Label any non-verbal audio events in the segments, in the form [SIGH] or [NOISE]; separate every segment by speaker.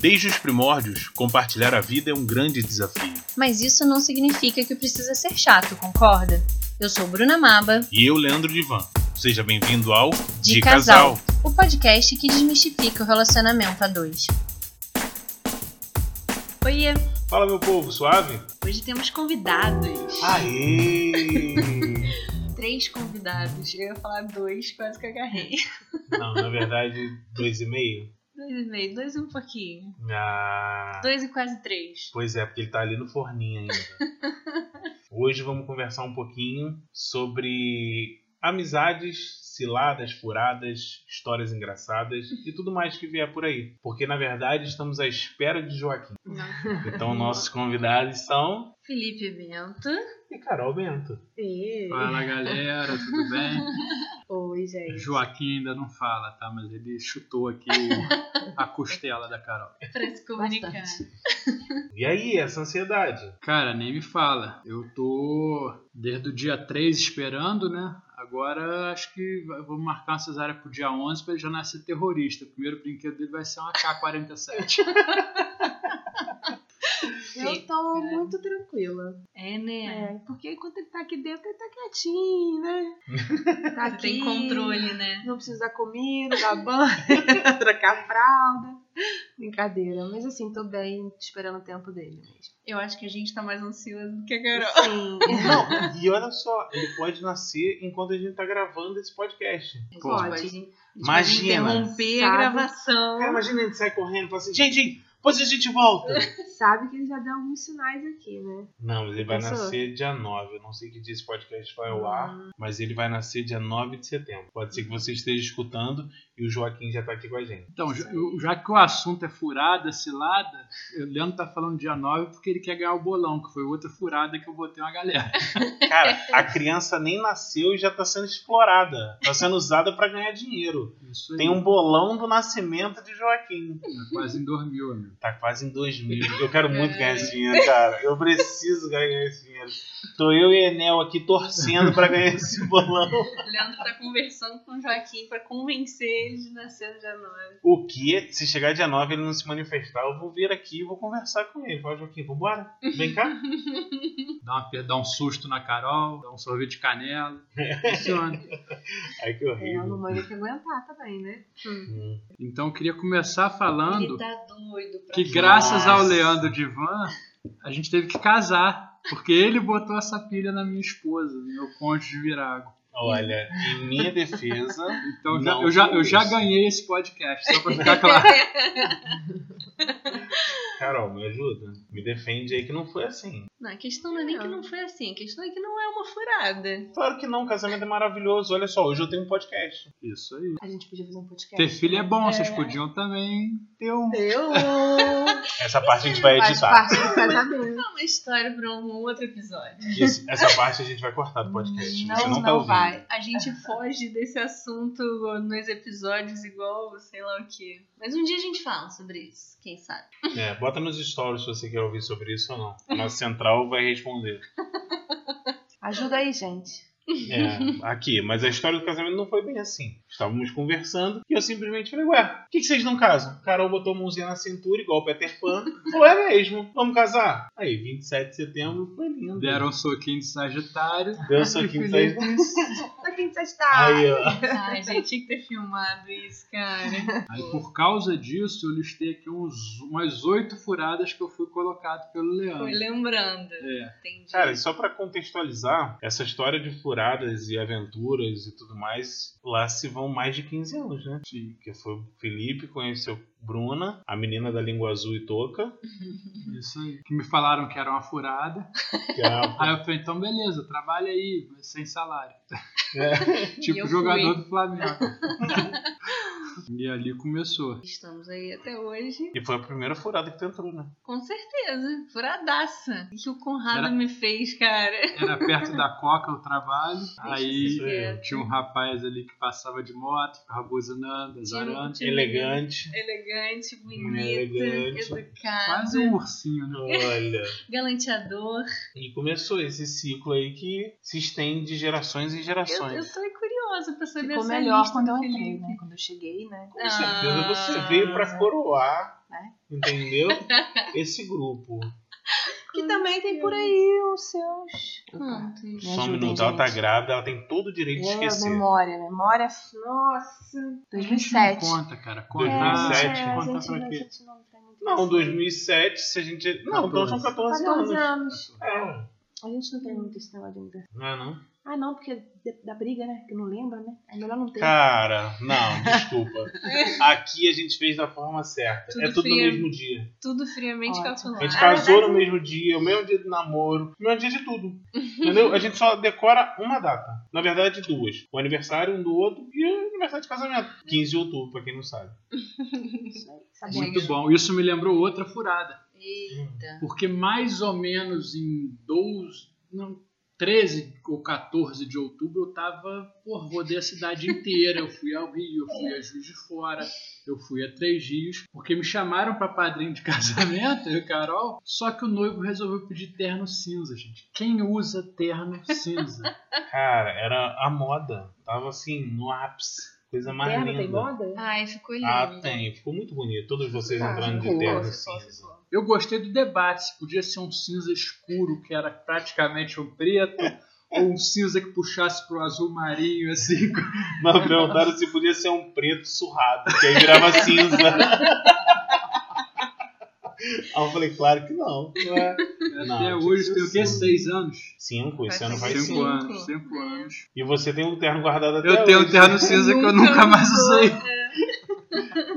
Speaker 1: Desde os primórdios, compartilhar a vida é um grande desafio.
Speaker 2: Mas isso não significa que precisa ser chato, concorda? Eu sou Bruna Maba.
Speaker 1: E eu, Leandro Divan. Seja bem-vindo ao
Speaker 2: De, Casal, o podcast que desmistifica o relacionamento a dois. Oiê,
Speaker 1: Fala, meu povo, suave?
Speaker 2: hoje temos convidados.
Speaker 1: Aê!
Speaker 2: Três convidados. Eu ia falar dois, quase que agarrei.
Speaker 1: [LAUGHS] Não, na verdade, dois e meio.
Speaker 2: Dois e meio, dois e um pouquinho.
Speaker 1: Ah,
Speaker 2: Dois e quase três.
Speaker 1: pois é, porque ele tá ali no forninho ainda.
Speaker 2: [LAUGHS]
Speaker 1: Hoje vamos conversar um pouquinho sobre amizades, ciladas, furadas, histórias engraçadas e tudo mais que vier por aí. Porque, na verdade, estamos à espera de Joaquim. Então, nossos convidados são...
Speaker 2: Felipe Bento.
Speaker 1: E Carol Bento.
Speaker 2: E...
Speaker 3: Fala galera, tudo bem?
Speaker 2: Oi, gente.
Speaker 3: [LAUGHS] Joaquim ainda não fala, tá? Mas ele chutou aqui a costela da Carol.
Speaker 2: Pra se comunicar.
Speaker 1: E aí, essa ansiedade?
Speaker 3: Cara, nem me fala. Eu tô desde o dia 3 esperando, né? Agora acho que vai- vou marcar uma cesárea pro dia 11 pra ele já nascer terrorista. O primeiro brinquedo dele vai ser uma K-47.
Speaker 4: Eu tô muito tranquila.
Speaker 2: É, né?
Speaker 4: É, porque enquanto ele tá aqui dentro, ele tá
Speaker 2: [LAUGHS]
Speaker 4: quietinho, né? Tá
Speaker 2: Você tem
Speaker 4: aqui,
Speaker 2: controle, né?
Speaker 4: Não precisa dar comida, dar banho, [LAUGHS] trocar a fralda. Brincadeira. Mas assim, tô bem, tô esperando o tempo dele mesmo.
Speaker 2: Eu acho que a gente tá mais ansioso do que a Carol.
Speaker 4: Sim.
Speaker 1: Não, e olha só, ele pode nascer enquanto a gente tá gravando esse podcast.
Speaker 3: Pô,
Speaker 2: A gente
Speaker 4: pode.
Speaker 2: a gente
Speaker 1: Imagina.
Speaker 2: interromper a
Speaker 4: Sabe?
Speaker 2: gravação.
Speaker 1: Cara, imagina ele sair correndo e fala assim, gente, gente, depois a gente volta.
Speaker 4: Sabe que ele já deu alguns sinais aqui, né?
Speaker 1: Não, mas ele vai
Speaker 4: Pensou?
Speaker 1: nascer dia 9. Eu não sei que dia esse podcast vai ao ar, mas ele vai nascer dia 9 de setembro. Pode ser que você esteja escutando e o Joaquim já tá aqui com a gente.
Speaker 3: Então, já- eu- já que o assunto é furada, cilada, o Leandro tá falando dia 9 porque ele quer ganhar o bolão, que foi outra furada que eu botei uma galera.
Speaker 1: Cara, a criança nem nasceu e já tá sendo explorada. Tá sendo usada pra ganhar dinheiro.
Speaker 3: Isso aí. né?
Speaker 1: Tem um bolão do nascimento de Joaquim.
Speaker 3: Quase dormiu, amigo.
Speaker 1: Tá quase em 2 mil. Eu quero muito ganhar esse dinheiro, cara. Eu preciso ganhar esse dinheiro. Tô eu e Enel aqui torcendo pra ganhar esse bolão.
Speaker 2: [LAUGHS] O Leandro tá conversando com o Joaquim pra convencer ele de nascer no dia 9.
Speaker 1: O que, se chegar dia 9 e ele não se manifestar, eu vou vir aqui e vou conversar com ele. Fala, Joaquim, vambora? Vem cá?
Speaker 3: Dá, uma per- dá um susto na Carol, dá um sorvete
Speaker 1: [LAUGHS]
Speaker 3: de canela. Funciona.
Speaker 1: Ai, que
Speaker 4: É, a
Speaker 1: horrível.
Speaker 4: mamãe vai ter que aguentar também, né?
Speaker 1: Hum.
Speaker 3: Então eu queria começar falando
Speaker 2: Ele tá doido pra
Speaker 3: que
Speaker 2: falar.
Speaker 3: graças ao
Speaker 1: Nossa.
Speaker 3: Leandro Divan, a gente teve que casar. Porque ele botou essa pilha na minha esposa, no meu cônjuge de virago.
Speaker 1: Olha, em minha defesa,
Speaker 3: Então já-
Speaker 1: Não,
Speaker 3: eu, já,
Speaker 1: que
Speaker 3: eu já
Speaker 1: isso.
Speaker 3: ganhei esse podcast, só pra ficar
Speaker 1: [LAUGHS]
Speaker 3: claro.
Speaker 1: Carol, me ajuda. Me defende aí que não foi assim.
Speaker 2: Não, a questão não é nem que não foi assim, a questão é que não é uma furada.
Speaker 1: Claro que não, casamento é maravilhoso. Olha só, hoje eu tenho um podcast.
Speaker 3: Isso aí.
Speaker 4: A gente podia fazer um podcast.
Speaker 3: Ter filho é bom, vocês podiam também ter um. [LAUGHS]
Speaker 4: Deu!
Speaker 1: Essa parte a gente vai
Speaker 4: Faz
Speaker 1: editar.
Speaker 4: parte do casamento.
Speaker 2: É uma história pra um outro episódio.
Speaker 1: Esse- Essa parte a gente vai cortar do podcast. Você não, tá ouvindo.
Speaker 2: A gente foge desse assunto nos episódios igual, sei lá o quê. Mas um dia a gente fala sobre isso, quem sabe.
Speaker 1: É, bota nos stories se você quer ouvir sobre isso ou não. A nossa central vai responder.
Speaker 4: Ajuda aí, gente.
Speaker 1: É, aqui, mas a história do casamento não foi bem assim. Estávamos conversando e eu simplesmente falei, ué, por que, que vocês não casam? Carol botou a mãozinha na cintura, igual o Peter Pan. Falou, é mesmo, vamos casar? Aí, 27 de setembro, foi lindo.
Speaker 3: Deram um soquinho de Sagitário.
Speaker 1: Deu soquinho de
Speaker 4: Tá quem você
Speaker 1: Aí, ó.
Speaker 2: Ai, gente, tinha que ter filmado isso, cara.
Speaker 3: Aí por causa disso, eu listei aqui uns, umas oito furadas que eu fui colocado pelo
Speaker 2: Foi
Speaker 3: Leandro.
Speaker 2: lembrando.
Speaker 3: É.
Speaker 2: Entendi.
Speaker 1: Cara, e só pra contextualizar, essa história de furadas e aventuras e tudo mais, lá se vão mais de 15 anos, né?
Speaker 3: Sim.
Speaker 1: Que foi o Felipe, conheceu Bruna, a menina da língua azul e toca.
Speaker 3: Isso aí. Que me falaram que era uma furada.
Speaker 1: Que é a...
Speaker 4: [LAUGHS]
Speaker 3: Aí eu falei, então beleza, trabalha aí, mas sem salário.
Speaker 2: E
Speaker 3: [LAUGHS] tipo
Speaker 2: eu
Speaker 3: jogador
Speaker 2: fui.
Speaker 3: do Flamengo. e ali começou.
Speaker 2: Estamos aí até hoje.
Speaker 1: E foi a primeira furada que tu entrou, né?
Speaker 2: Com certeza. Furadaça. O que o Conrado
Speaker 3: Era-
Speaker 2: me fez,
Speaker 1: [LAUGHS]
Speaker 2: cara.
Speaker 3: Era perto da Coca o trabalho. Aí
Speaker 1: Isso é.
Speaker 3: tinha um rapaz ali que passava de moto, ficava buzinando, azarando.
Speaker 2: Tinha um
Speaker 4: [LAUGHS]
Speaker 1: Elegante.
Speaker 2: Elegante, bonito,
Speaker 1: Elegante.
Speaker 2: educado,
Speaker 3: Quase um ursinho, né?
Speaker 1: Olha.
Speaker 2: galanteador.
Speaker 1: E começou esse ciclo aí que se estende de gerações em
Speaker 2: Eu, eu
Speaker 1: gerações.
Speaker 2: tô curiosa pra saber
Speaker 4: Ficou
Speaker 2: essa
Speaker 4: melhor
Speaker 2: lista
Speaker 4: quando
Speaker 2: do
Speaker 4: eu entrei,
Speaker 2: Felipe.
Speaker 4: né? Quando eu cheguei, né?
Speaker 1: Com certeza você veio pra coroar
Speaker 4: né? [LAUGHS]
Speaker 1: Entendeu? Esse grupo.
Speaker 4: Que também tem por aí os seus. hum,
Speaker 2: Quantos?
Speaker 4: Me
Speaker 1: Some
Speaker 4: ajudem,
Speaker 1: no alta
Speaker 4: gente.
Speaker 1: grávida, um ela tem todo o direito de
Speaker 4: É,
Speaker 1: esquecer.
Speaker 4: memória, memória. Nossa. 2007.
Speaker 3: Conta, cara. Conta.
Speaker 1: 2007.
Speaker 4: É, a
Speaker 3: Conta
Speaker 4: gente
Speaker 3: pra
Speaker 4: não- a
Speaker 3: quê?
Speaker 4: gente não tem muito
Speaker 1: Não,
Speaker 4: isso.
Speaker 1: 2007, se a
Speaker 4: Tá
Speaker 1: gente. Não, então são 14
Speaker 4: 14
Speaker 1: anos.
Speaker 4: Tá anos.
Speaker 1: É,
Speaker 4: A gente não tem muito esse negócio de aniversário.
Speaker 1: não é não?
Speaker 4: Ah, não, porque de- da briga, né? Que não lembra, né? É melhor não ter.
Speaker 1: Cara, não, desculpa. Aqui a gente fez da forma certa.
Speaker 2: Tudo
Speaker 1: é tudo no
Speaker 2: frio.
Speaker 1: mesmo dia.
Speaker 2: Tudo friamente
Speaker 4: Ótimo.
Speaker 1: A
Speaker 2: calculado.
Speaker 1: gente
Speaker 4: Ah,
Speaker 1: casou
Speaker 4: mas-
Speaker 1: no mesmo dia, o mesmo dia do namoro, o mesmo dia de tudo. Entendeu? A gente só decora uma data. Na verdade, duas. O aniversário um do outro e o aniversário de casamento. 15 de outubro, pra quem não sabe.
Speaker 4: Isso aí, tá bom.
Speaker 3: Muito bom. Isso me lembrou outra furada.
Speaker 2: Eita.
Speaker 3: Porque mais ou menos em 12, não, 13 ou 14 de outubro eu tava, porra, rodei a cidade inteira. Eu fui ao Rio, eu fui a Juiz de Fora, eu fui a Três Rios, porque me chamaram pra padrinho de [LAUGHS] casamento, eu e Carol. Só que o noivo resolveu pedir terno cinza, gente. Quem usa terno cinza?
Speaker 1: Cara, era a moda. Tava assim, no ápice. Coisa mais
Speaker 4: Terno tem
Speaker 1: linda.
Speaker 4: moda?
Speaker 2: Ai, ficou lindo.
Speaker 1: Ah, tem. Ficou muito bonito. Todos vocês
Speaker 4: Tá,
Speaker 1: entrando de
Speaker 4: ficou,
Speaker 1: terno
Speaker 2: ficou,
Speaker 1: cinza.
Speaker 3: Eu gostei do debate, se podia ser um cinza escuro, que era praticamente um preto, ou um cinza que puxasse pro azul marinho, assim.
Speaker 1: Mas perguntaram se podia ser um preto surrado, que aí virava cinza. aí eu falei, claro que não.
Speaker 2: É.
Speaker 1: Não,
Speaker 3: Até
Speaker 1: tinha que
Speaker 3: hoje
Speaker 1: ser
Speaker 3: tem o quê?
Speaker 1: cinza.
Speaker 3: Seis anos?
Speaker 1: Cinco, esse
Speaker 2: Vai
Speaker 1: ano
Speaker 2: fazer
Speaker 1: faz
Speaker 2: cinco.
Speaker 1: cinco.
Speaker 3: anos, cinco anos.
Speaker 1: E você tem um terno guardado até
Speaker 3: Eu tenho um
Speaker 1: hoje.
Speaker 3: terno cinza que eu
Speaker 2: Nunca
Speaker 3: nunca mais
Speaker 2: usou.
Speaker 3: usei.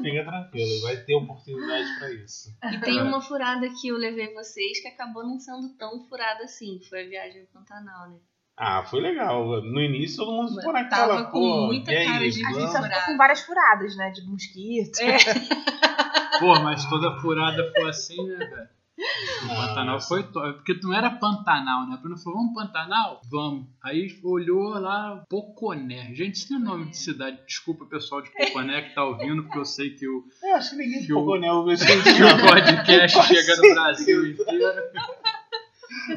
Speaker 1: Fica tranquilo, vai ter oportunidade pra isso.
Speaker 2: E tem uma furada que eu levei vocês que acabou não sendo tão furada assim. que Foi a viagem ao Pantanal, né?
Speaker 1: Ah, foi legal. No início todo mundo ficou
Speaker 2: Tava
Speaker 1: naquela,
Speaker 2: com
Speaker 1: pô,
Speaker 2: muita
Speaker 1: e aí,
Speaker 2: cara de
Speaker 4: A gente
Speaker 1: vamos?
Speaker 4: só ficou com várias furadas, né? De mosquito.
Speaker 3: Pô, mas toda furada foi assim, né, velho? O
Speaker 1: Não,
Speaker 3: Pantanal
Speaker 1: essa-
Speaker 3: foi top. Porque não era Pantanal, né? A Bruna falou, vamos Pantanal? Vamos. Aí olhou lá, Poconé. Gente, isso não é nome de cidade. Desculpa, pessoal de Poconé que tá ouvindo, porque eu sei que o
Speaker 1: Eu É, acho que ninguém
Speaker 3: Que o-
Speaker 1: ficou, né? O
Speaker 3: que o podcast chega no Brasil inteiro.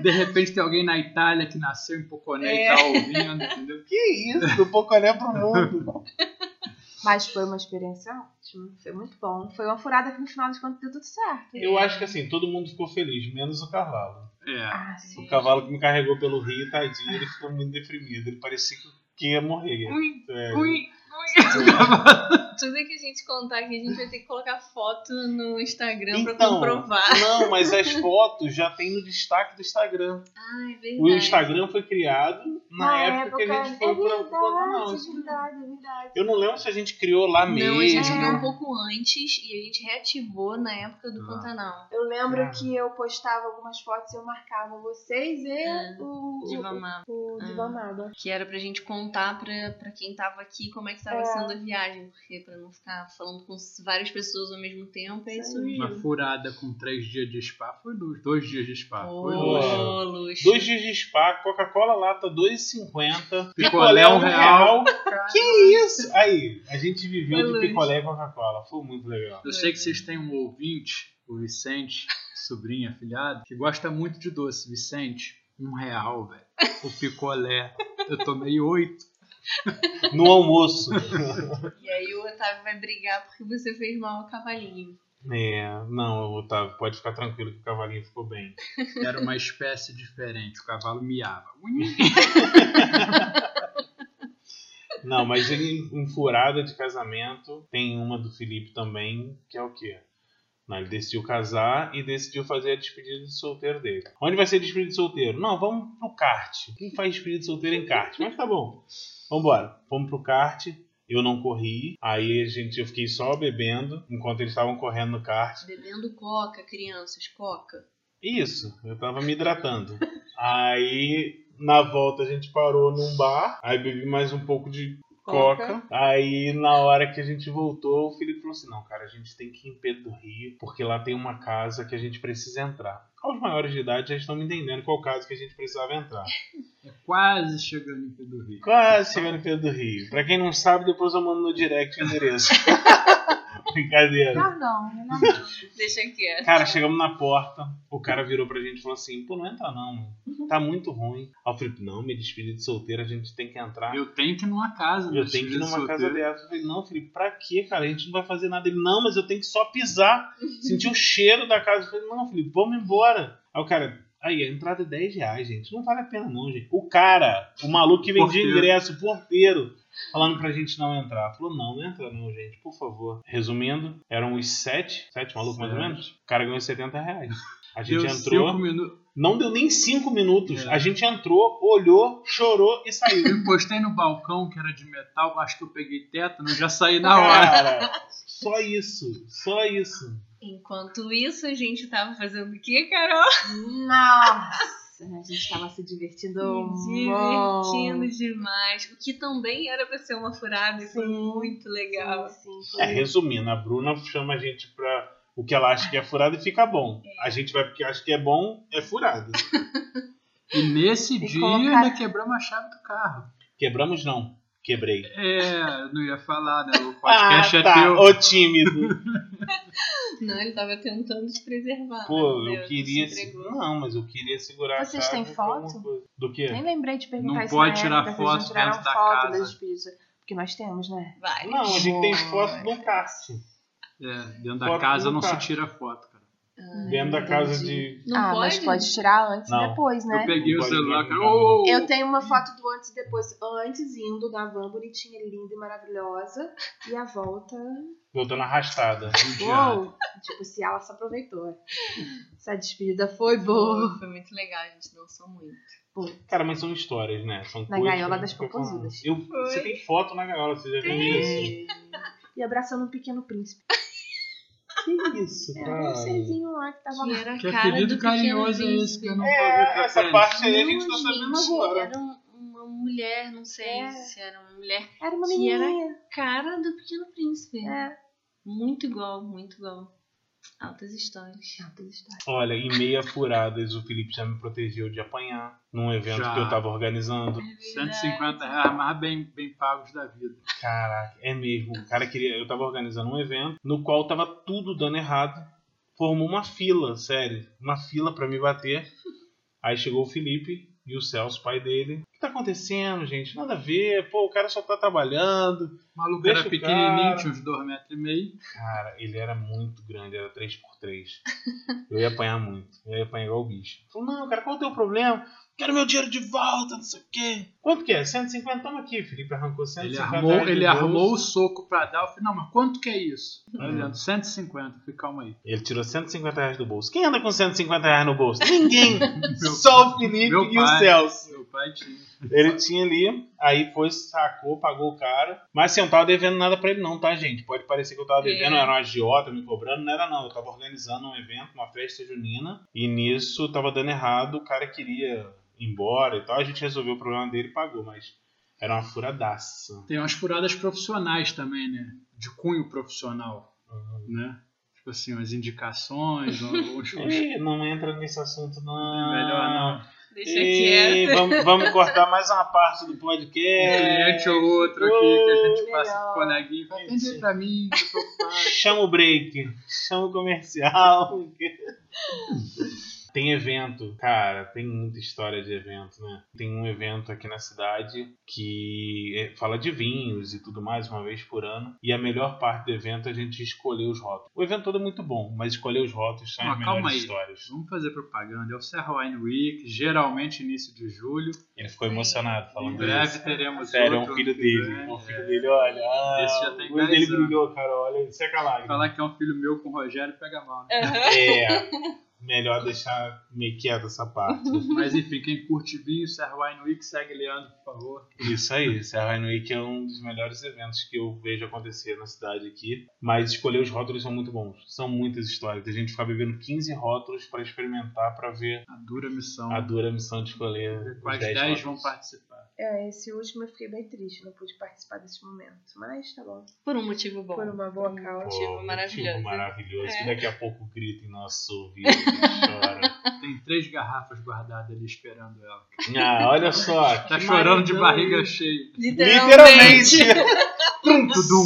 Speaker 3: De repente tem alguém na Itália que nasceu em Poconé e tá ouvindo, entendeu?
Speaker 1: [LAUGHS] Que isso, do Poconé pro mundo.
Speaker 4: [LAUGHS] Mas foi uma experiência ótima. Foi muito bom. Foi uma furada que no final de contas deu tudo certo.
Speaker 2: É.
Speaker 1: Eu acho que assim, todo mundo ficou feliz, menos o cavalo.
Speaker 3: É.
Speaker 4: Ah, sim.
Speaker 1: O cavalo que me carregou pelo rio, tadinho, ele ficou muito deprimido. Ele parecia que- que ia morrer.
Speaker 3: Ui,
Speaker 1: É.
Speaker 3: ui.
Speaker 2: Tudo que a gente contar aqui, a gente vai ter que colocar foto no Instagram pra
Speaker 1: Então,
Speaker 2: comprovar.
Speaker 1: não, mas as fotos já tem no destaque do Instagram.
Speaker 2: Ai,
Speaker 1: O
Speaker 2: verdade.
Speaker 1: Instagram foi criado na, época, que a gente foi
Speaker 4: é
Speaker 1: pra
Speaker 4: verdade,
Speaker 1: Pantanal.
Speaker 4: é verdade, é verdade.
Speaker 1: Eu não lembro se a gente criou lá
Speaker 2: Não, a gente
Speaker 1: mesmo. né?
Speaker 2: viu um pouco antes e a gente reativou na época do
Speaker 3: Ah.
Speaker 2: Pantanal.
Speaker 4: Eu lembro
Speaker 1: Ah.
Speaker 4: que eu postava algumas fotos e eu marcava vocês e
Speaker 2: É,
Speaker 4: o,
Speaker 2: De Vamar.
Speaker 4: o, o
Speaker 2: Ah.
Speaker 4: Divamada.
Speaker 2: Que era pra gente contar pra, pra quem tava aqui como é que tava
Speaker 4: É.
Speaker 2: sendo a viagem. Porque pra não ficar falando com várias pessoas ao mesmo tempo, é isso
Speaker 3: Uma
Speaker 2: mesmo.
Speaker 3: furada com três dias de spa foi luxo. Dois dias de spa Ah, foi luxo.
Speaker 2: Ô, luxo.
Speaker 1: Dois dias de spa, Coca-Cola lata 2,50,
Speaker 3: Picolé,
Speaker 1: picolé
Speaker 3: um
Speaker 1: 1 real. Que isso? Aí, a gente viveu
Speaker 2: Foi
Speaker 1: de
Speaker 2: luxo.
Speaker 1: picolé e Coca-Cola. Foi muito legal.
Speaker 3: Eu sei que vocês têm um ouvinte, o Vicente, sobrinho, afilhado, que gosta muito de doce. Vicente, um real, velho. O picolé. Eu tomei oito.
Speaker 1: No almoço.
Speaker 2: E aí o Otávio vai brigar porque você fez mal ao cavalinho.
Speaker 1: É, não, Otávio, pode ficar tranquilo que o cavalinho ficou bem.
Speaker 3: Era uma espécie diferente. O cavalo miava. Ui.
Speaker 1: Não, mas ele, em furada de casamento, tem uma do Felipe também, que é o quê? Não, ele decidiu casar e decidiu fazer a despedida de solteiro dele. Onde vai ser a despedida de solteiro? Não, vamos pro kart. Quem faz despedida de solteiro em kart? Mas tá bom. Vambora. Vamos pro kart. Eu não corri. Aí a gente, eu fiquei só bebendo enquanto eles estavam correndo no kart.
Speaker 2: Bebendo coca, crianças, coca.
Speaker 1: Isso, eu tava me hidratando. Aí, na volta, a gente parou num bar, aí bebi mais um pouco de coca. Aí, na hora que a gente voltou, o Felipe falou assim: não, cara, a gente tem que ir em Pedro do Rio, porque lá tem uma casa que a gente precisa entrar. Aos maiores de idade já estão me entendendo qual casa que a gente precisava entrar.
Speaker 3: É quase chegando em Pedro Rio.
Speaker 1: Quase chegando em Pedro do Rio. Pra quem não sabe, depois eu mando no direct o endereço. [LAUGHS] Brincadeira.
Speaker 4: Ah, não, [LAUGHS] não, não.
Speaker 2: Deixa quieto.
Speaker 1: Cara, chegamos na porta, o cara virou pra gente e falou assim: pô, não entra não, mano. Tá muito ruim. Aí eu falei: não, me despedi de solteiro, a gente tem que entrar.
Speaker 3: Eu tenho que ir numa casa, né?
Speaker 1: Eu tenho que ir numa casa
Speaker 3: Solteiro.
Speaker 1: dessa. Eu falei, não, Felipe, pra quê, cara? A gente não vai fazer nada. Ele, não, mas eu tenho que só pisar, sentir o cheiro da casa. Eu falei, não, Felipe, vamos embora. Aí o cara, aí, a entrada é 10 reais, gente. Não vale a pena, não, gente. O cara, o maluco que vendia
Speaker 3: Porteiro.
Speaker 1: ingresso, o porteiro, falando pra gente não entrar. Falou, não, não entra, não, gente, por favor. Resumindo, eram os 7, 7 malucos mais ou
Speaker 3: Sete.
Speaker 1: menos. O cara ganhou 70 reais. A gente
Speaker 3: Deu
Speaker 1: entrou,
Speaker 3: cinco minutos.
Speaker 1: não deu nem 5 minutos.
Speaker 3: É.
Speaker 1: A gente entrou, olhou, chorou e saiu.
Speaker 3: Eu encostei no balcão que era de metal, acho que eu peguei tétano, já saí
Speaker 1: É.
Speaker 3: na hora.
Speaker 1: Cara, só isso, só isso.
Speaker 2: Enquanto isso, a gente tava fazendo o que, Carol?
Speaker 4: Nossa, a gente tava se divertindo.
Speaker 2: [LAUGHS] Divertindo demais. O que também era pra ser uma furada e foi muito legal.
Speaker 4: Sim, sim,
Speaker 1: É, resumindo, a Bruna chama a gente pra o que ela acha que é furado e fica bom. A gente vai porque acha que é bom, é furado.
Speaker 3: E nesse
Speaker 4: E
Speaker 3: dia
Speaker 4: colocar-
Speaker 3: ainda quebramos a chave do carro.
Speaker 1: Quebramos não, quebrei.
Speaker 3: É, não ia falar, né? O
Speaker 1: Ah,
Speaker 3: podcast é
Speaker 1: tá,
Speaker 3: teu.
Speaker 1: ô tímido.
Speaker 2: Não, ele tava tentando se preservar.
Speaker 1: Pô,
Speaker 2: meu Deus,
Speaker 1: eu queria.
Speaker 2: se
Speaker 1: se-
Speaker 2: entregou.
Speaker 1: Não, mas eu queria segurar a
Speaker 4: Vocês
Speaker 1: chave
Speaker 4: têm
Speaker 1: pra
Speaker 4: foto?
Speaker 1: alguma coisa. Do quê?
Speaker 4: Nem lembrei de perguntar
Speaker 3: Não
Speaker 4: isso
Speaker 3: pode
Speaker 4: na
Speaker 3: tirar
Speaker 4: época, se
Speaker 3: foto
Speaker 4: vocês não tiraram
Speaker 3: dentro da
Speaker 4: foto
Speaker 3: casa.
Speaker 4: da despedida. Porque nós temos, né?
Speaker 2: Vai.
Speaker 1: Não, a gente tem
Speaker 4: Amor.
Speaker 1: foto no Cássio.
Speaker 3: É, dentro da
Speaker 1: Foto
Speaker 3: casa
Speaker 1: do
Speaker 3: não se
Speaker 1: carro.
Speaker 3: tira foto, cara.
Speaker 1: Dentro da casa de.
Speaker 2: Não
Speaker 4: ah,
Speaker 2: pode?
Speaker 4: mas pode tirar antes e
Speaker 1: Não.
Speaker 4: depois, né?
Speaker 3: Eu peguei o
Speaker 1: Não pode
Speaker 3: celular,
Speaker 1: ver,
Speaker 3: cara.
Speaker 1: não.
Speaker 3: ô,
Speaker 2: Tipo,
Speaker 4: Eu tenho uma foto do antes e depois. Antes indo na van bonitinha, linda e maravilhosa. E a volta.
Speaker 1: Voltando arrastada.
Speaker 3: judiado.
Speaker 4: Uou! tipo, se ela se aproveitou. Essa despedida foi boa.
Speaker 2: Foi muito legal, a gente dançou muito.
Speaker 1: Cara, mas são histórias, né? São
Speaker 4: Na
Speaker 1: coisas
Speaker 4: gaiola
Speaker 1: que
Speaker 4: das
Speaker 1: nunca acontecem.
Speaker 4: popozudas.
Speaker 1: Eu- Você
Speaker 2: Foi.
Speaker 1: tem foto na gaiola, você já viu isso?
Speaker 4: E abraçando um pequeno príncipe.
Speaker 1: Que isso,
Speaker 4: É um
Speaker 1: cara?
Speaker 4: serzinho lá que tava
Speaker 2: Que
Speaker 4: lá.
Speaker 2: era a
Speaker 3: Que
Speaker 2: cara do
Speaker 3: apelido carinhoso é
Speaker 2: pequeno
Speaker 3: esse que eu
Speaker 2: príncipe.
Speaker 3: não
Speaker 1: É,
Speaker 3: vou
Speaker 1: essa
Speaker 3: ver
Speaker 1: parte aí a
Speaker 2: Não,
Speaker 1: gente tá sabendo
Speaker 2: gente,
Speaker 1: agora.
Speaker 2: Era um- uma mulher, não sei
Speaker 4: É.
Speaker 2: se era uma mulher.
Speaker 4: Era uma
Speaker 2: Que era-
Speaker 4: menininha.
Speaker 2: Cara do Pequeno Príncipe.
Speaker 4: É.
Speaker 2: Muito igual, muito igual. Altas histórias.
Speaker 4: Altas histórias.
Speaker 1: Olha, em meia furadas, o Felipe já me protegeu de apanhar num evento
Speaker 3: Já.
Speaker 1: que eu tava organizando.
Speaker 2: né?
Speaker 3: 150 reais mais bem, bem pagos da vida.
Speaker 1: Caraca, é mesmo. O cara queria. Eu tava organizando um evento no qual tava tudo dando errado. Formou uma fila, sério. Uma fila pra me bater. Aí chegou o Felipe e o Celso, pai dele. O que tá acontecendo, gente? Nada a ver. Pô, o cara só tá trabalhando.
Speaker 3: O maluco
Speaker 1: Deixa
Speaker 3: era
Speaker 1: o
Speaker 3: pequenininho,
Speaker 1: cara.
Speaker 3: tinha uns 2 metros e meio.
Speaker 1: Cara, ele era muito grande, era 3x3. Eu ia apanhar muito. Eu ia apanhar igual o bicho. Falou, não, cara, qual é o teu problema? Quero meu dinheiro de volta, não sei o quê. Quanto que é? 150? Toma aqui, Felipe. Arrancou 150.
Speaker 3: Ele armou,
Speaker 1: reais do
Speaker 3: ele
Speaker 1: bolso.
Speaker 3: armou o soco pra dar. Eu falei, não, mas quanto que é isso? Aí ele deu 150, eu falei, calma aí.
Speaker 1: Ele tirou 150 reais do bolso. Quem anda com 150 reais no bolso?
Speaker 3: [LAUGHS]
Speaker 1: Ninguém. Só o Felipe
Speaker 3: meu
Speaker 1: e o
Speaker 3: pai.
Speaker 1: Celso.
Speaker 3: Meu pai tinha.
Speaker 1: Ele tinha ali, aí foi, sacou, pagou o cara. Mas assim, eu não tava devendo nada pra ele, não, tá, gente? Pode parecer que eu tava devendo,
Speaker 2: É.
Speaker 1: era um agiota me cobrando, não era não. Eu tava organizando um evento, uma festa junina, e nisso tava dando errado, o cara queria ir embora e tal. A gente resolveu o problema dele e pagou, mas era uma furadaça.
Speaker 3: Tem umas furadas profissionais também, né? De cunho profissional, né? Tipo assim, umas indicações, uns... uns...
Speaker 1: [LAUGHS] Ih, não entra nesse assunto, não.
Speaker 3: Melhor não.
Speaker 2: Deixa
Speaker 1: Ih,
Speaker 2: é quieto.
Speaker 1: vamos, vamos cortar mais uma parte
Speaker 3: [LAUGHS]
Speaker 1: do
Speaker 3: Um
Speaker 1: podcast.
Speaker 3: cliente ou outro aqui que a gente
Speaker 4: Ô,
Speaker 3: passa
Speaker 4: melhor.
Speaker 3: pro coleguinha e fala, atende
Speaker 1: Sim.
Speaker 3: pra mim, tô preocupado.
Speaker 1: Chama o break, chama o comercial. Tem evento, cara, tem muita história de evento, né? Tem um evento aqui na cidade que é- fala de vinhos e tudo mais, uma vez por ano. E a melhor parte do evento é a gente escolher os rótulos. O evento todo é muito bom, mas escolher os rótulos são
Speaker 3: Ah,
Speaker 1: as melhores
Speaker 3: calma aí.
Speaker 1: histórias.
Speaker 3: Vamos fazer propaganda. É o Serra Wine Week, geralmente início de julho.
Speaker 1: Ele ficou emocionado
Speaker 3: Em
Speaker 1: falando
Speaker 3: breve
Speaker 1: isso.
Speaker 3: teremos
Speaker 1: um Sério, é
Speaker 3: outro
Speaker 1: um filho dele.
Speaker 3: grande,
Speaker 1: É um filho
Speaker 3: é.
Speaker 1: dele, olha. Ah,
Speaker 3: Esse já tem
Speaker 1: o olho dele
Speaker 3: 10 anos.
Speaker 1: brilhou, cara, olha. Seca a lágrima.
Speaker 3: Falar que é um filho meu com o Rogério pega mal, né?
Speaker 1: É, [LAUGHS] melhor deixar meio quieto essa parte.
Speaker 3: Mas enfim, quem curte vinho, Serra Wine Week, segue Leandro, por favor.
Speaker 1: Isso aí, Serra Wine Week é um dos melhores eventos que eu vejo acontecer na cidade aqui. Mas escolher os rótulos são muito bons. São muitas histórias. Tem gente que fica bebendo 15 rótulos pra experimentar, pra ver
Speaker 3: A dura missão.
Speaker 1: a dura missão de escolher.
Speaker 3: Quais
Speaker 1: Os
Speaker 3: 10,
Speaker 1: 10,
Speaker 3: vão
Speaker 1: rótulos.
Speaker 3: participar?
Speaker 4: É, esse último eu fiquei bem triste, não pude participar desse momento. Mas tá bom.
Speaker 2: Por um motivo bom.
Speaker 4: Por uma boa
Speaker 1: Pô,
Speaker 4: causa.
Speaker 2: Motivo maravilhoso.
Speaker 1: maravilhoso.
Speaker 2: É.
Speaker 1: Que daqui a pouco grita em nosso ouvido e chora.
Speaker 3: Tem três garrafas guardadas ali esperando ela.
Speaker 1: [LAUGHS] Ah, olha só.
Speaker 3: Tá
Speaker 1: que
Speaker 3: chorando de
Speaker 1: maridão.
Speaker 3: barriga
Speaker 2: Então,
Speaker 3: cheia.
Speaker 1: Literalmente. Tum, tudum.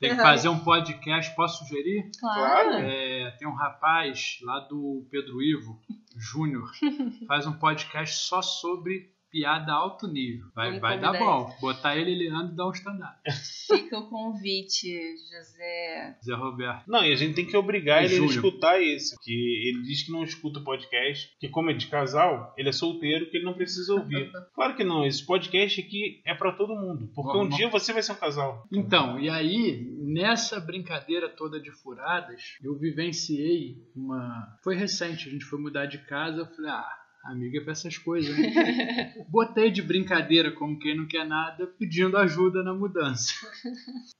Speaker 3: Tem que fazer um podcast, posso sugerir?
Speaker 2: Claro.
Speaker 1: Claro.
Speaker 3: É, tem um rapaz lá do Pedro Ivo Júnior, faz um podcast só sobre piada alto nível. Vai,
Speaker 2: Vamos
Speaker 3: vai dar
Speaker 2: convidar
Speaker 3: bom. Botar ele, ele anda e dá um stand-up.
Speaker 2: Fica o convite, José.
Speaker 3: Zé Roberto.
Speaker 1: Não, e a gente tem que obrigar ele a
Speaker 3: Júlio.
Speaker 1: escutar isso. Que ele diz que não escuta podcast, que como é de casal, ele é solteiro, que ele não precisa ouvir. Claro que não, esse podcast aqui é pra todo mundo. Porque um
Speaker 3: Vamos.
Speaker 1: dia você vai ser um casal.
Speaker 3: Então, e aí, nessa brincadeira toda de furadas, eu vivenciei uma. Foi recente, a gente foi mudar de casa, eu falei, ah. Amiga é pra essas coisas, né? Botei de brincadeira, como quem não quer nada, pedindo ajuda na mudança.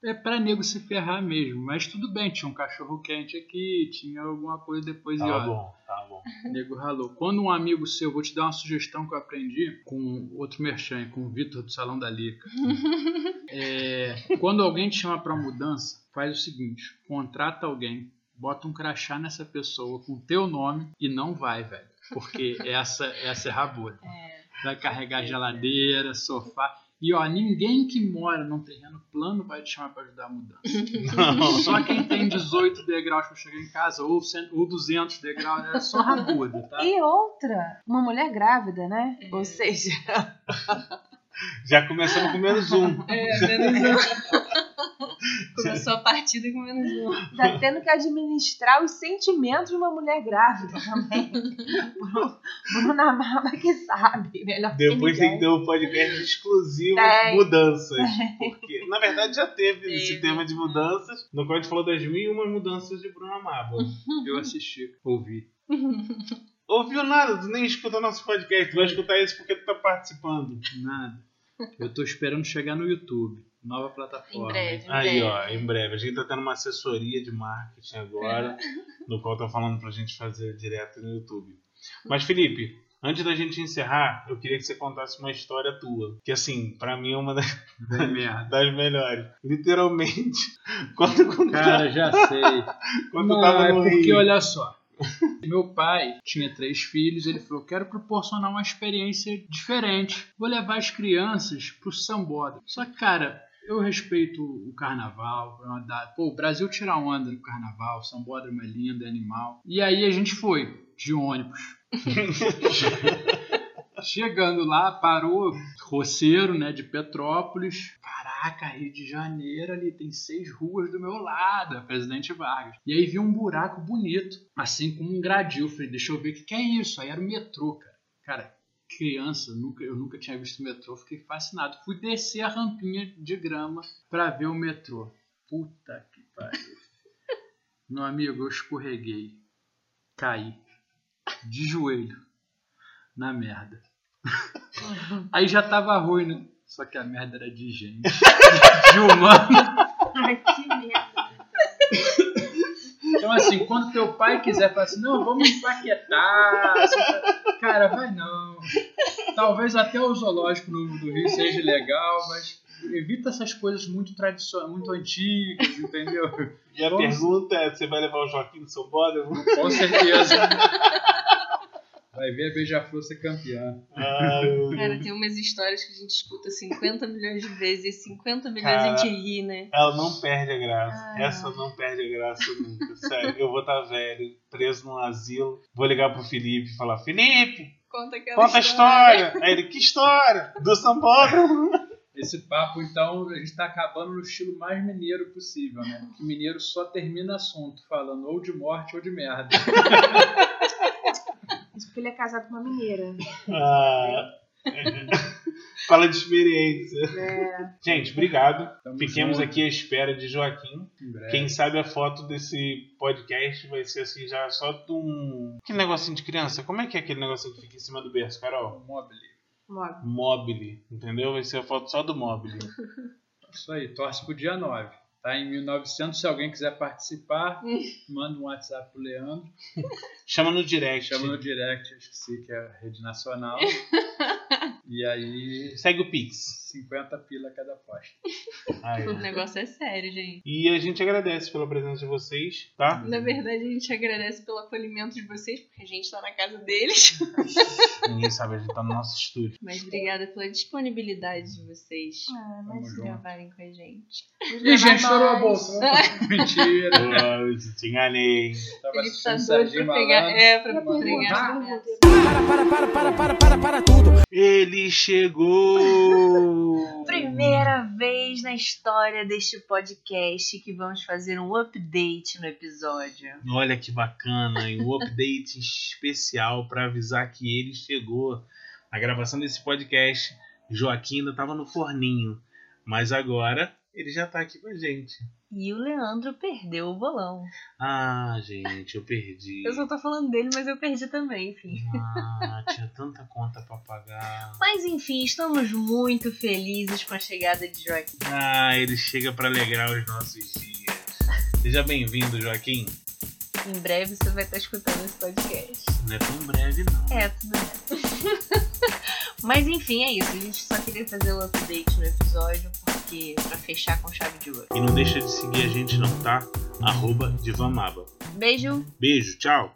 Speaker 3: É pra nego se ferrar mesmo, mas tudo bem, tinha um cachorro quente aqui, tinha alguma coisa depois e
Speaker 1: Tá
Speaker 3: ó,
Speaker 1: bom, tá bom.
Speaker 3: Nego ralou. Quando um amigo seu, vou te dar uma sugestão que eu aprendi com outro merchan, com o Vitor do Salão da Lica. É, quando alguém te chama pra mudança, faz o seguinte: contrata alguém, bota um crachá nessa pessoa com teu nome e não vai, velho. Porque essa, essa é rabuda. Vai carregar geladeira, sofá. E ó, ninguém que mora num terreno plano vai te chamar pra ajudar a mudança.
Speaker 1: Não.
Speaker 3: Só quem tem 18 degraus pra chegar em casa, ou, 100 ou 200 degraus, é só rabuda, tá?
Speaker 4: E outra, uma mulher grávida, né?
Speaker 2: É.
Speaker 4: Ou seja,
Speaker 1: [LAUGHS] Já começamos com menos um.
Speaker 2: É, [LAUGHS] menos um. Começou a partida com menos um.
Speaker 4: tá tendo que administrar os sentimentos de uma mulher grávida
Speaker 2: [LAUGHS]
Speaker 4: também. Bruno, Bruno Amaba que sabe, melhor
Speaker 1: Depois
Speaker 4: que
Speaker 1: tem que
Speaker 4: ninguém.
Speaker 1: ter um podcast exclusivo
Speaker 4: Tem.
Speaker 1: mudanças. Porque, na verdade, já teve esse
Speaker 2: Teve.
Speaker 1: tema de mudanças, no qual a gente falou das mil e uma mudanças de Bruno Amado.
Speaker 3: Eu assisti, ouvi.
Speaker 1: Ouviu nada, tu nem escuta nosso podcast, tu vai escutar isso porque tu tá participando.
Speaker 3: Nada. Eu tô esperando chegar no YouTube. Nova plataforma.
Speaker 2: Em breve, em
Speaker 1: Aí,
Speaker 2: breve.
Speaker 1: ó, em breve. A gente tá tendo uma assessoria de marketing
Speaker 2: [LAUGHS]
Speaker 1: agora, no qual tá falando pra gente fazer direto no YouTube. Mas, Felipe, antes da gente encerrar, eu queria que você contasse uma história tua. Que, assim, pra mim é uma das, [LAUGHS]
Speaker 3: Vem merda.
Speaker 1: das melhores. Literalmente, [LAUGHS] quando, quando,
Speaker 3: Cara, já sei.
Speaker 1: quando
Speaker 3: Não,
Speaker 1: eu tava
Speaker 3: é
Speaker 1: no
Speaker 3: porque,
Speaker 1: Rio.
Speaker 3: olha só. Meu pai tinha três filhos, ele falou: quero proporcionar uma experiência diferente. Vou levar as crianças pro sambódromo. Só que, cara, eu respeito o carnaval. é uma data- Pô, o Brasil tira onda no carnaval, o sambódromo é lindo, é animal. E aí a gente foi, de ônibus. Chegando lá, parou roceiro, né, de Petrópolis. Caraca, Rio de Janeiro ali tem seis ruas do meu lado, é Presidente Vargas. E aí vi um buraco bonito, assim com um gradil. Falei, deixa eu ver o que, que é isso. Aí era o metrô, cara. Cara, criança, nunca, eu nunca tinha visto metrô, fiquei fascinado. Fui descer a rampinha de grama pra ver o metrô. Puta que pariu. meu amigo, eu escorreguei. Caí. De joelho. Na merda. Aí já tava ruim, né? Só que a merda era de gente. De humano.
Speaker 4: Ai, que merda.
Speaker 3: Então, assim, quando teu pai quiser falar assim, não, vamos empaquetar. Cara, vai não. Talvez até o zoológico novo do Rio seja legal, mas evita essas coisas muito tradicionais, muito antigas, entendeu?
Speaker 1: E a pergunta é: você vai levar o Joaquim no seu bódromo? [LAUGHS]
Speaker 3: Com certeza. Vai ver a Beija-Flor ser campeã.
Speaker 1: Ah,
Speaker 2: Cara, tem umas histórias que a gente escuta 50 milhões de vezes e 50 milhões
Speaker 1: Cara.
Speaker 2: a gente ri, né?
Speaker 1: Ela não perde a graça.
Speaker 2: Ah.
Speaker 1: Essa não perde a graça nunca. Sério, eu vou estar velho, preso num asilo. Vou ligar pro Felipe e falar: Felipe,
Speaker 2: Conta aquela
Speaker 1: conta a história. Aí ele: Que história? Do Sambódromo.
Speaker 3: Esse papo, então, a gente tá acabando no estilo mais mineiro possível, né? Que mineiro só termina assunto falando ou de morte ou de merda.
Speaker 4: Isso porque ele é casado com uma mineira.
Speaker 1: Ah. [LAUGHS] Fala de experiência.
Speaker 4: É,
Speaker 1: Gente, obrigado.
Speaker 3: Tamo
Speaker 1: Fiquemos
Speaker 3: junto.
Speaker 1: aqui à espera de Joaquim.
Speaker 3: Em breve.
Speaker 1: Quem sabe a foto desse podcast vai ser assim, já só de um. Que negocinho de criança? Como é que é aquele negocinho que fica em cima do berço, Carol?
Speaker 3: Mobile.
Speaker 4: logo.
Speaker 1: Mobile, entendeu? Vai ser a foto só do mobile.
Speaker 3: Isso aí, torce pro dia 9. Tá em 1900, se alguém
Speaker 2: [LAUGHS]
Speaker 3: quiser participar, manda um WhatsApp pro Leandro,
Speaker 1: Chama no direct.
Speaker 3: chama no
Speaker 2: [LAUGHS]
Speaker 3: direct, eu esqueci que é a rede nacional. E aí,
Speaker 1: Segue o Pix.
Speaker 3: 50 pila cada aposta.
Speaker 1: Ai,
Speaker 2: O
Speaker 1: eu-
Speaker 2: negócio é sério, gente.
Speaker 1: E a gente agradece pela presença de vocês, tá?
Speaker 2: Na verdade, a gente agradece pelo acolhimento de vocês, porque a gente tá na casa deles.
Speaker 1: Ninguém sabe, a gente tá no nosso estúdio.
Speaker 2: Mas obrigada pela disponibilidade de vocês
Speaker 4: Ah,
Speaker 3: Tamo
Speaker 2: de
Speaker 3: junto.
Speaker 2: gravarem com a gente.
Speaker 3: E gente estourou a
Speaker 2: [LAUGHS]
Speaker 3: bolsa. né? Mentira.
Speaker 1: Eu te enganei. hein?
Speaker 3: Tava
Speaker 2: Felipe tá
Speaker 3: assistindo
Speaker 2: doido
Speaker 3: Sérgio
Speaker 2: pra pegar.
Speaker 3: Malandro.
Speaker 2: É, pra
Speaker 3: mandou
Speaker 2: pegar.
Speaker 4: nada.
Speaker 5: Para, para, para, para, para, para tudo.
Speaker 1: Ele chegou!
Speaker 2: Primeira vez na história deste podcast que vamos fazer um update no episódio.
Speaker 1: Olha que bacana, hein? um update especial pra avisar que ele chegou. Na gravação desse podcast, Joaquim ainda tava no forninho, mas agora ele já tá aqui com a gente.
Speaker 2: E o Leandro perdeu o bolão.
Speaker 1: Ah, gente, eu perdi.
Speaker 2: Eu só tô falando dele, mas eu perdi também, enfim.
Speaker 1: Ah, tinha tanta conta pra pagar.
Speaker 2: Mas enfim, estamos muito felizes com a chegada de Joaquim.
Speaker 1: Ah, ele chega pra alegrar os nossos dias. Seja bem-vindo, Joaquim.
Speaker 2: Em breve você vai estar escutando esse podcast.
Speaker 1: Não é tão breve, não.
Speaker 2: É, tudo bem. [LAUGHS] Mas enfim, é isso. A gente só queria fazer o update no episódio, porque pra fechar com chave de ouro.
Speaker 1: E não deixa de seguir a gente não, tá? Arroba Divamaba.
Speaker 2: Beijo!
Speaker 1: Beijo, tchau!